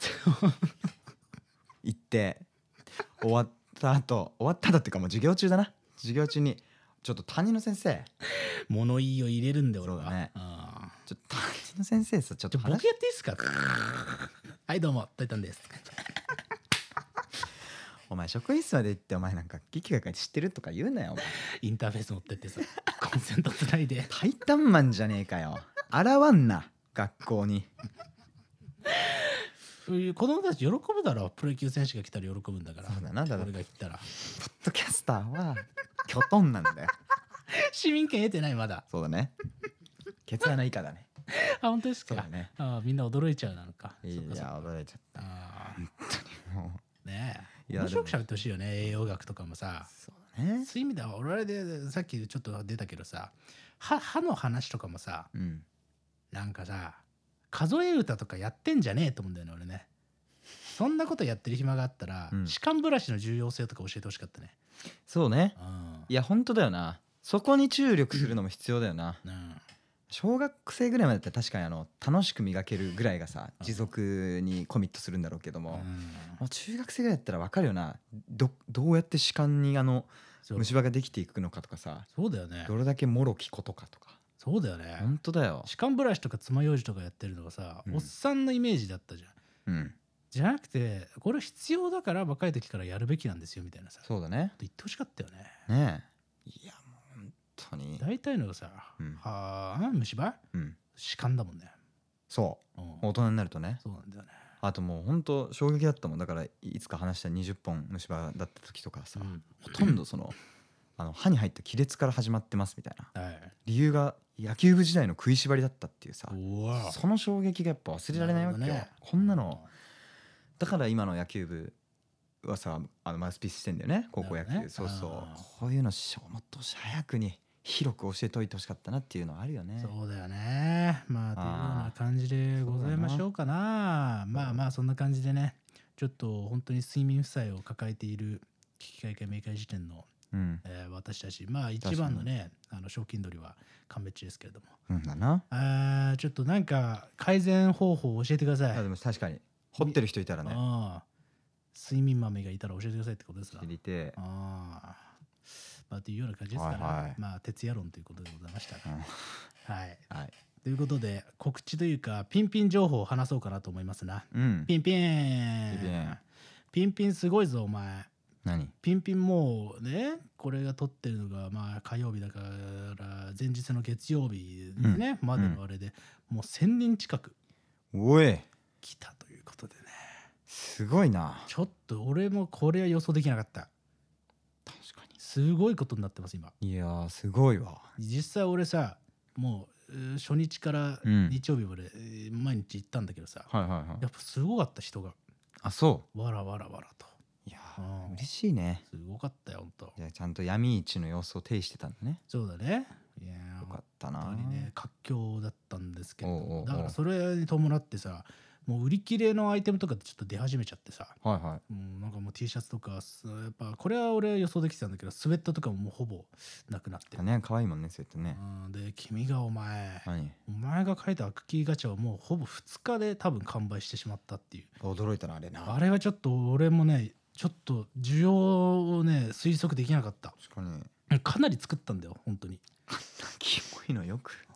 [SPEAKER 2] 行って終わった後終わった後っていうかもう授業中だな授業中にちょっと担任の先生
[SPEAKER 1] 物言いを入れるんだよ俺は
[SPEAKER 2] そうだね
[SPEAKER 1] うん
[SPEAKER 2] ちょっと担任の先生さちょっ
[SPEAKER 1] じ
[SPEAKER 2] と
[SPEAKER 1] ゃあ僕
[SPEAKER 2] 話
[SPEAKER 1] やっていいですかはいどうも大胆です
[SPEAKER 2] お前職員室まで行ってお前なんか劇が書いて知ってるとか言うなよお前
[SPEAKER 1] インターフェース持ってってさコンセントつないで
[SPEAKER 2] タイタンマンじゃねえかよ現んな学校に
[SPEAKER 1] 子供たち喜ぶだろプロ野球選手が来たら喜ぶんだから
[SPEAKER 2] そうだなだから
[SPEAKER 1] 俺が来たら
[SPEAKER 2] ポッドキャスターはキョトンなん だよ
[SPEAKER 1] 市民権得てないま だ
[SPEAKER 2] そうだねケツ穴以下だね
[SPEAKER 1] あ本当です
[SPEAKER 2] そうだ
[SPEAKER 1] か、
[SPEAKER 2] ね
[SPEAKER 1] あみんな驚いちゃうなのか
[SPEAKER 2] い
[SPEAKER 1] そっかそっか
[SPEAKER 2] や驚いちゃっ
[SPEAKER 1] あ
[SPEAKER 2] たもう
[SPEAKER 1] ーね
[SPEAKER 2] い
[SPEAKER 1] え
[SPEAKER 2] や
[SPEAKER 1] 面白く喋ってほしいよね栄養学とかもさ
[SPEAKER 2] そうだね
[SPEAKER 1] そういう意味では俺々でさっきちょっと出たけどさ歯歯の話とかもさ
[SPEAKER 2] うん
[SPEAKER 1] なんかさ数え歌とかやってんじゃねえと思うんだよね俺ねそんなことやってる暇があったら、
[SPEAKER 2] うん
[SPEAKER 1] 歯間ブラシの重要性とか教えてほしかったね
[SPEAKER 2] そうね
[SPEAKER 1] うん
[SPEAKER 2] いや本当だよなそこに注力するのも必要だよな
[SPEAKER 1] うん
[SPEAKER 2] 小学生ぐらいまでだったら確かにあの楽しく磨けるぐらいがさ持続にコミットするんだろうけど
[SPEAKER 1] う
[SPEAKER 2] も、も
[SPEAKER 1] ん
[SPEAKER 2] う中学生ぐらいだったら分かるよなどどうやって歯間にあの
[SPEAKER 1] そう
[SPEAKER 2] 虫歯ができていくのかとかさ
[SPEAKER 1] そうだよね
[SPEAKER 2] どれだけもろきことかとか
[SPEAKER 1] そうだよね
[SPEAKER 2] 本当だよ、
[SPEAKER 1] 歯間ブラシとか爪楊枝とかやってるのがさ、
[SPEAKER 2] うん
[SPEAKER 1] おっさんのイメージだったじゃん
[SPEAKER 2] うん、
[SPEAKER 1] じゃなくてこれ必要だから若い時からやるべきなんですよみたいなさ
[SPEAKER 2] そうだね
[SPEAKER 1] 言ってほしかったよね
[SPEAKER 2] ねえいやもう本当に
[SPEAKER 1] 大体のさ、
[SPEAKER 2] うん
[SPEAKER 1] はあ虫歯
[SPEAKER 2] うん
[SPEAKER 1] 歯間だもんね、
[SPEAKER 2] そ
[SPEAKER 1] うん
[SPEAKER 2] う大人になるとね
[SPEAKER 1] そうなんだよね、
[SPEAKER 2] あともう本当衝撃だったもんだからいつか話した20本虫歯だった時とかさ、ほとんどそのあの歯に入った亀裂から始まってますみたいな
[SPEAKER 1] うんはい
[SPEAKER 2] 理由が野球部時代の食いしばりだったっていうさ
[SPEAKER 1] うわ
[SPEAKER 2] その衝撃がやっぱ忘れられないわけよ、
[SPEAKER 1] るほどね
[SPEAKER 2] こんなのだから今の野球部はさあのマウスピースしてんだよね高校野球、
[SPEAKER 1] なるほどね
[SPEAKER 2] そうそう
[SPEAKER 1] あー
[SPEAKER 2] こういうのしょもっと早くに広く教えておいてほしかったなっていうのはあるよね
[SPEAKER 1] そうだよねまあというような感じでございましょうかなまあまあそんな感じでねちょっと本当に睡眠負債を抱えている危機会会明快時点の、
[SPEAKER 2] うん
[SPEAKER 1] えー私たちまあ一番のねあの賞金取りは勘弁中ですけれども
[SPEAKER 2] うんだな、
[SPEAKER 1] あーちょっとなんか改善方法を教えてください、
[SPEAKER 2] あでも確かに掘ってる人いたらね
[SPEAKER 1] ああ睡眠豆がいたら教えてくださいってことですな
[SPEAKER 2] 知りてえ
[SPEAKER 1] ああまあというような感じですから、
[SPEAKER 2] はいはい
[SPEAKER 1] まあ徹夜論ということでございましたが、はい
[SPEAKER 2] はい
[SPEAKER 1] ということで告知というかピンピン情報を話そうかなと思いますな
[SPEAKER 2] うん
[SPEAKER 1] ピンピン
[SPEAKER 2] ピンピン
[SPEAKER 1] ピンピンすごいぞお前
[SPEAKER 2] 何
[SPEAKER 1] ピンピンもうねこれが撮ってるのがまあ火曜日だから前日の月曜日ですね、までのあれで、もう1,000人近く
[SPEAKER 2] おい
[SPEAKER 1] 来たということでね
[SPEAKER 2] すごいな
[SPEAKER 1] ちょっと俺もこれは予想できなかった
[SPEAKER 2] 確か
[SPEAKER 1] すごいことになってます今
[SPEAKER 2] にいやーすごいわ
[SPEAKER 1] 実際俺さもうえー初日から
[SPEAKER 2] うん
[SPEAKER 1] 日曜日までえー毎日行ったんだけどさ、
[SPEAKER 2] はいはいはい
[SPEAKER 1] やっぱすごかった人が
[SPEAKER 2] あそ
[SPEAKER 1] わらわらわらと
[SPEAKER 2] ういや
[SPEAKER 1] あー
[SPEAKER 2] 嬉しいね
[SPEAKER 1] すごかったよほんと
[SPEAKER 2] じゃあちゃんと闇市の様子を呈してたんだね
[SPEAKER 1] そうだねいやー
[SPEAKER 2] よかったな
[SPEAKER 1] 本当にね活況だったんですけれど
[SPEAKER 2] おうおうお
[SPEAKER 1] も
[SPEAKER 2] う
[SPEAKER 1] だからそれに伴ってさもう売り切れのアイテムとかってちょっと出始めちゃってさ
[SPEAKER 2] はいは
[SPEAKER 1] もうなんかもう T シャツとかすやっぱこれは俺は予想できてたんだけどスウェットとかももうほぼなくなって
[SPEAKER 2] いだね可愛いもんねそうやってね
[SPEAKER 1] うんで君がお前
[SPEAKER 2] 何
[SPEAKER 1] お前が書いたアクキーガチャはもうほぼ2日で多分完売してしまったっていう
[SPEAKER 2] 驚いたなあれな
[SPEAKER 1] あれはちょっと俺もねちょっと需要をね推測できなかった
[SPEAKER 2] 確かに
[SPEAKER 1] かなり作ったんだよ本当に
[SPEAKER 2] キモいのよく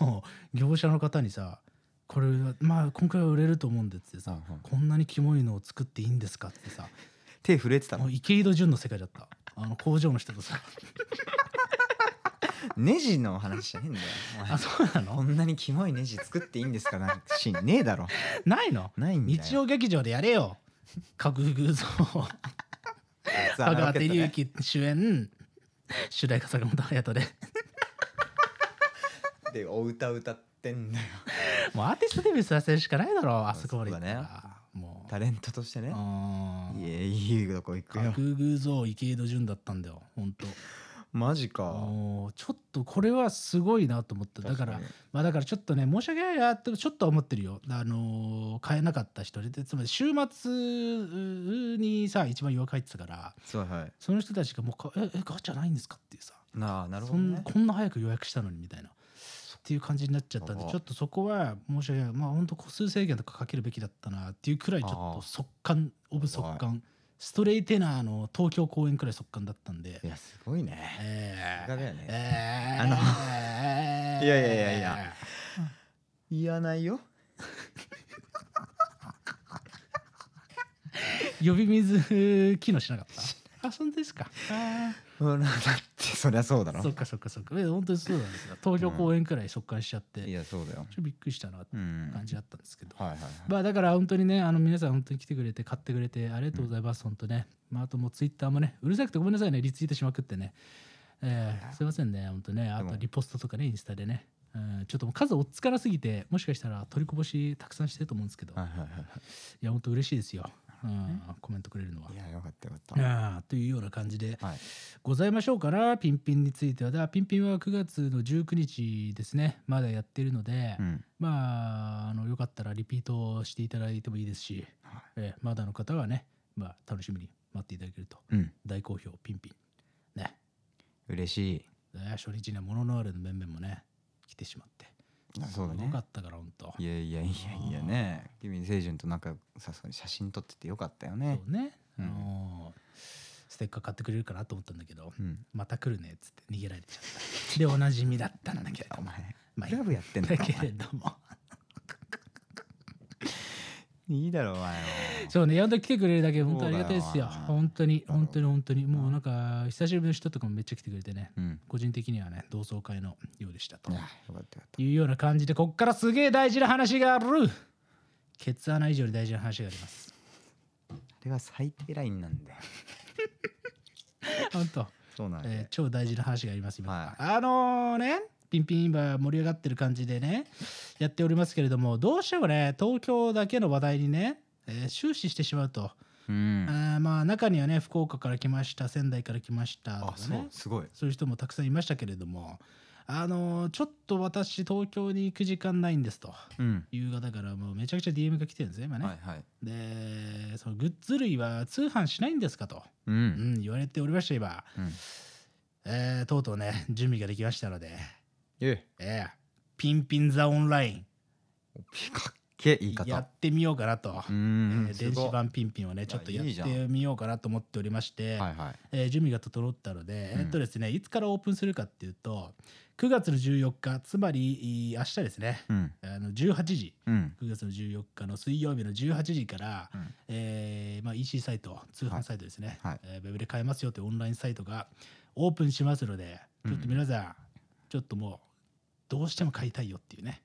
[SPEAKER 1] もう 業者の方にさこれはまあ今回は売れると思うんでっつってさ、
[SPEAKER 2] うんうん
[SPEAKER 1] こんなにキモいのを作っていいんですかってさ
[SPEAKER 2] 手震えてた
[SPEAKER 1] も
[SPEAKER 2] の
[SPEAKER 1] う池井戸潤の世界だったあの工場の人とさ
[SPEAKER 2] ネジの話じゃねえんだよお前
[SPEAKER 1] あそうな
[SPEAKER 2] こ
[SPEAKER 1] の
[SPEAKER 2] んなにキモいネジ作っていいんですかなんかシーンねえだろ
[SPEAKER 1] ないの
[SPEAKER 2] ないんだよ
[SPEAKER 1] 日曜劇場でやれよ格偶 像
[SPEAKER 2] さあ
[SPEAKER 1] 香川
[SPEAKER 2] ロケッ
[SPEAKER 1] 照之
[SPEAKER 2] トね
[SPEAKER 1] 主演主題歌坂本隼人で
[SPEAKER 2] でお歌歌ってんだよ
[SPEAKER 1] もうアーティストデビューさせるしかないだろうあそこまで行ったら
[SPEAKER 2] そう
[SPEAKER 1] もう
[SPEAKER 2] タレントとしてね
[SPEAKER 1] うん
[SPEAKER 2] いえいいとこ行くよ
[SPEAKER 1] 格偶像池井戸潤だったんだよ本当
[SPEAKER 2] マジか
[SPEAKER 1] もうちょっとこれはすごいなと思っただから
[SPEAKER 2] 確
[SPEAKER 1] まあだからちょっとね申し訳ないなってちょっとは思ってるよあのー買えなかった人でつまり週末にさ一番弱入ってたから
[SPEAKER 2] にそうはい
[SPEAKER 1] その人たちがもうかええガチャないんですかっていうさ
[SPEAKER 2] なあなるほ
[SPEAKER 1] そ
[SPEAKER 2] ど
[SPEAKER 1] ん
[SPEAKER 2] ね
[SPEAKER 1] こんな早く予約したのにみたいなっていう感じになっちゃったんで
[SPEAKER 2] ああ
[SPEAKER 1] ちょっとそこは申し訳ないまあ本当個数制限とかかけるべきだったなっていうくらいちょっ
[SPEAKER 2] あ
[SPEAKER 1] と
[SPEAKER 2] あ
[SPEAKER 1] 速乾オブ速乾ストレイテナーの東京公演くらい速乾だったんで
[SPEAKER 2] いやすごいね
[SPEAKER 1] ええ
[SPEAKER 2] さすがだよね
[SPEAKER 1] えー
[SPEAKER 2] あの
[SPEAKER 1] えー
[SPEAKER 2] いやいやいやいや言わないよ
[SPEAKER 1] 呼び水機能しなかったあそんですか
[SPEAKER 2] うんだってそりゃそうだろ
[SPEAKER 1] そっかそっかそっかえ本当にそうなんですよ東京公演くらい即回しちゃって、
[SPEAKER 2] い
[SPEAKER 1] ちょ
[SPEAKER 2] やそうだよ
[SPEAKER 1] っとびっくりしたなって
[SPEAKER 2] うん
[SPEAKER 1] 感じだったんですけど、
[SPEAKER 2] はいはいはい
[SPEAKER 1] まあだから本当にねあの皆さん本当に来てくれて買ってくれてありがとうございます、本当ね、まあ、あともうツイッターもねうるさくてごめんなさいねリツイートしまくってね、えーすいませんね本当ねあ
[SPEAKER 2] で
[SPEAKER 1] と
[SPEAKER 2] も
[SPEAKER 1] リポストとかねインスタでね、うん、ちょっともう数おっつからすぎてもしかしたら取りこぼしたくさんしてると思うんですけど、
[SPEAKER 2] はい
[SPEAKER 1] い、
[SPEAKER 2] はいはいは。
[SPEAKER 1] や本当嬉しいですよ、うん、コメントくれるのはい
[SPEAKER 2] いやよかったよかっ
[SPEAKER 1] ああというような感じで
[SPEAKER 2] たはい
[SPEAKER 1] ございましょうかなピンピンについてはだピンピンは9月の19日ですねまだやってるので、
[SPEAKER 2] うん
[SPEAKER 1] まああのよかったらリピートしていただいてもいいですし、
[SPEAKER 2] はい
[SPEAKER 1] えーまだの方はね、まあ、楽しみに待っていただけると
[SPEAKER 2] うん
[SPEAKER 1] 大好評ピンピンね
[SPEAKER 2] 嬉しい
[SPEAKER 1] ね初日にはモノノアルの面々もね来てしまって
[SPEAKER 2] いやそうだ
[SPEAKER 1] す
[SPEAKER 2] ね
[SPEAKER 1] ごかったからほんと
[SPEAKER 2] いやいやいやいやね君清純と仲良さそうに写真撮っててよかったよね
[SPEAKER 1] そうね、
[SPEAKER 2] うん
[SPEAKER 1] あのーステッカー買ってくれるかなと思ったんだけど、
[SPEAKER 2] うん
[SPEAKER 1] また来るねっつって逃げられちゃったでおなじみだったんだけど
[SPEAKER 2] お 前
[SPEAKER 1] まあ
[SPEAKER 2] クラブやってんだ
[SPEAKER 1] だ
[SPEAKER 2] ろ
[SPEAKER 1] けれども
[SPEAKER 2] お前いいだろお前は
[SPEAKER 1] そうね、やんと来てくれるだけ本当ありがたいですよ。
[SPEAKER 2] そうだよ
[SPEAKER 1] 本当に、
[SPEAKER 2] だろう
[SPEAKER 1] 本当に、本当に、もうなんか、久しぶりの人とかもめっちゃ来てくれてね、
[SPEAKER 2] うん
[SPEAKER 1] 個人的にはね、同窓会のようでしたと
[SPEAKER 2] いやよかったよかっ
[SPEAKER 1] いうような感じで、こっからすげえ大事な話があるケツ穴以上に大事な話があります。
[SPEAKER 2] たあれは最低ラインなんだよ
[SPEAKER 1] 本当、
[SPEAKER 2] そうなんだよ
[SPEAKER 1] えー超大事な話があります、今。
[SPEAKER 2] は
[SPEAKER 1] あのね、ピンピン今盛り上がってる感じでね、やっておりますけれども、どうしてもね、東京だけの話題にね、えー終始してしまうと。
[SPEAKER 2] うん
[SPEAKER 1] あーまあ中にはね福岡から来ました仙台から来ましたと
[SPEAKER 2] あ
[SPEAKER 1] か
[SPEAKER 2] そ
[SPEAKER 1] ね
[SPEAKER 2] うすごい
[SPEAKER 1] そういう人もたくさんいましたけれどもあのーちょっと私東京に行く時間ないんですと
[SPEAKER 2] うん
[SPEAKER 1] いう方からもうめちゃくちゃ DM が来てるんですね今ね、
[SPEAKER 2] はいはい
[SPEAKER 1] でそのグッズ類は通販しないんですかと、
[SPEAKER 2] う
[SPEAKER 1] うんん、言われておりました今、
[SPEAKER 2] うん
[SPEAKER 1] えーとうとうね準備ができましたので、
[SPEAKER 2] え
[SPEAKER 1] えーピンピンザオンライン
[SPEAKER 2] ピカッケ言い
[SPEAKER 1] や
[SPEAKER 2] 方
[SPEAKER 1] ってみようかなと、
[SPEAKER 2] う
[SPEAKER 1] え
[SPEAKER 2] ん
[SPEAKER 1] ー
[SPEAKER 2] す
[SPEAKER 1] 電
[SPEAKER 2] ご
[SPEAKER 1] 子
[SPEAKER 2] い
[SPEAKER 1] 版ピンピンをねちょっと
[SPEAKER 2] い
[SPEAKER 1] や
[SPEAKER 2] や
[SPEAKER 1] っ
[SPEAKER 2] いいじゃん
[SPEAKER 1] てみようかなと思っておりまして、
[SPEAKER 2] はいはい
[SPEAKER 1] えー準備が整ったので、
[SPEAKER 2] うん
[SPEAKER 1] えっとですねいつからオープンするかっていうと9月の14日つまりい明日ですね
[SPEAKER 2] うん
[SPEAKER 1] あの18時
[SPEAKER 2] うん
[SPEAKER 1] 9月の14日の水曜日の18時から、
[SPEAKER 2] うん
[SPEAKER 1] えーまあ、EC サイト通販サイトですね、
[SPEAKER 2] はいはい
[SPEAKER 1] えーウェブで買えますよというオンラインサイトがオープンしますのでちょっと皆さん、ちょっともうどうしても買いたいよっていうね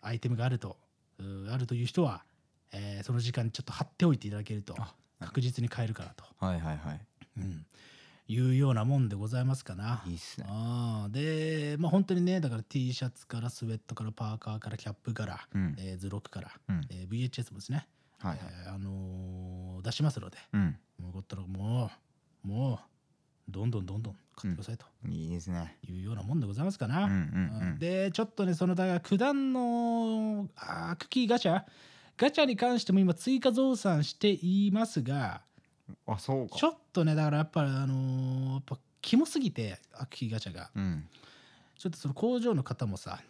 [SPEAKER 1] アイテムがあるとうーあるという人は、えーその時間にちょっと貼っておいていただけると
[SPEAKER 2] あ
[SPEAKER 1] 確実に買えるからと。
[SPEAKER 2] はいはいはい
[SPEAKER 1] うん、いうようなもんでございますかな。
[SPEAKER 2] いいっすね
[SPEAKER 1] ああでまあ本当にねだから T シャツからスウェットからパーカーからキャップから、
[SPEAKER 2] うん
[SPEAKER 1] えーズロックから、
[SPEAKER 2] うん
[SPEAKER 1] えー VHS もですね、
[SPEAKER 2] はいはい
[SPEAKER 1] えーあのー出しますので
[SPEAKER 2] うん
[SPEAKER 1] もうよかったらもうもうどんどんどんどん買ってくださいと
[SPEAKER 2] いいですね
[SPEAKER 1] いうようなもんでございますか
[SPEAKER 2] う
[SPEAKER 1] な。
[SPEAKER 2] んうんうん
[SPEAKER 1] でちょっとねそのだから九段のあークッキーガチャガチャに関しても今追加増産していますが
[SPEAKER 2] あそう
[SPEAKER 1] ち
[SPEAKER 2] か
[SPEAKER 1] ょっとねだからやっぱりあのーやっぱキモすぎてアクキーガチャが
[SPEAKER 2] うん
[SPEAKER 1] ちょっとその工場の方もさ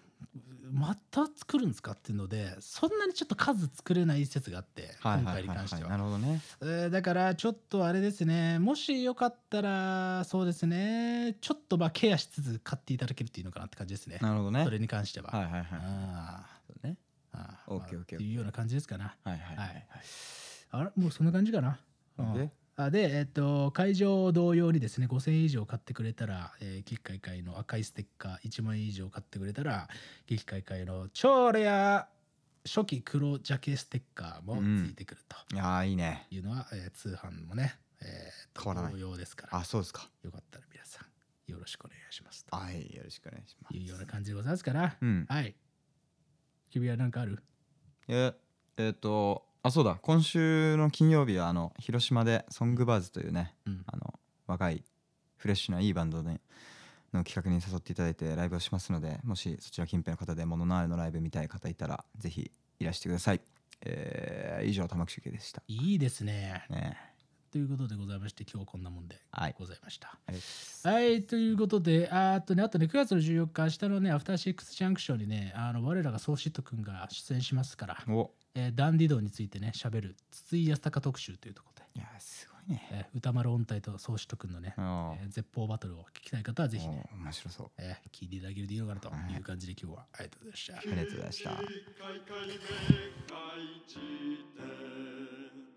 [SPEAKER 1] また作るんですかっていうのでそんなにちょっと数作れない説があって、
[SPEAKER 2] はい
[SPEAKER 1] 今
[SPEAKER 2] は
[SPEAKER 1] 回
[SPEAKER 2] い
[SPEAKER 1] に
[SPEAKER 2] はい
[SPEAKER 1] 関し
[SPEAKER 2] は
[SPEAKER 1] て
[SPEAKER 2] い
[SPEAKER 1] は、
[SPEAKER 2] なるほどね
[SPEAKER 1] えーだからちょっとあれですねもしよかったらそうですねちょっとまあケアしつつ買っていただけるといいのかなって感じですね
[SPEAKER 2] なるほどね
[SPEAKER 1] それに関しては、
[SPEAKER 2] はいはいはい
[SPEAKER 1] あ
[SPEAKER 2] そうね
[SPEAKER 1] ーあー
[SPEAKER 2] オッケー
[SPEAKER 1] まあ
[SPEAKER 2] オッケ
[SPEAKER 1] っ
[SPEAKER 2] ー
[SPEAKER 1] ていうような感じですかな
[SPEAKER 2] はいはい
[SPEAKER 1] はいあらもうそんな感じかな
[SPEAKER 2] なん
[SPEAKER 1] うん
[SPEAKER 2] で
[SPEAKER 1] あで、えっと、会場同様にですね5000円以上買ってくれたら、えー、激会会の赤いステッカー1万円以上買ってくれたら激会会の超レア初期黒ジャケステッカーもついてくると
[SPEAKER 2] いやーいいね
[SPEAKER 1] いうのは、えー通販もね、えー、
[SPEAKER 2] 変わらない
[SPEAKER 1] 同様ですから
[SPEAKER 2] あそうですか
[SPEAKER 1] よかったら皆さんよろしくお願いしますと
[SPEAKER 2] はいよろしくお願いしま
[SPEAKER 1] いうような感じでございますから、
[SPEAKER 2] うん
[SPEAKER 1] はい君は何かある
[SPEAKER 2] ええっとあそうだ今週の金曜日はあの広島でソングバーズというね
[SPEAKER 1] うん
[SPEAKER 2] あの若いフレッシュないいバンドでの企画に誘っていただいてライブをしますのでもしそちら近辺の方でモノナールのライブ見たい方いたらぜひいらしてください、えー以上玉木集計でした
[SPEAKER 1] いいですね
[SPEAKER 2] ね
[SPEAKER 1] ということでございまして今日はこんなもんで
[SPEAKER 2] はい
[SPEAKER 1] ございました、
[SPEAKER 2] ありがとうございます
[SPEAKER 1] はい、ということで、あーっとね、あとね、9月の14日、明日のね、アフターシックスジャンクションにね、あの我らがソーシット君が出演しますから、
[SPEAKER 2] お
[SPEAKER 1] えーダンディドンについてね、喋る、筒井康隆特集というところ
[SPEAKER 2] いやーすごいね
[SPEAKER 1] で、えー歌丸音体とソーシット君のね、
[SPEAKER 2] おー
[SPEAKER 1] えー絶望バトルを聞きたい方はぜひね、
[SPEAKER 2] おー面白そう
[SPEAKER 1] えー聞いていただけるといいのかなという感じで、今日はありがとうございました
[SPEAKER 2] あ。りがとうございました
[SPEAKER 3] 「一回かりで書いて」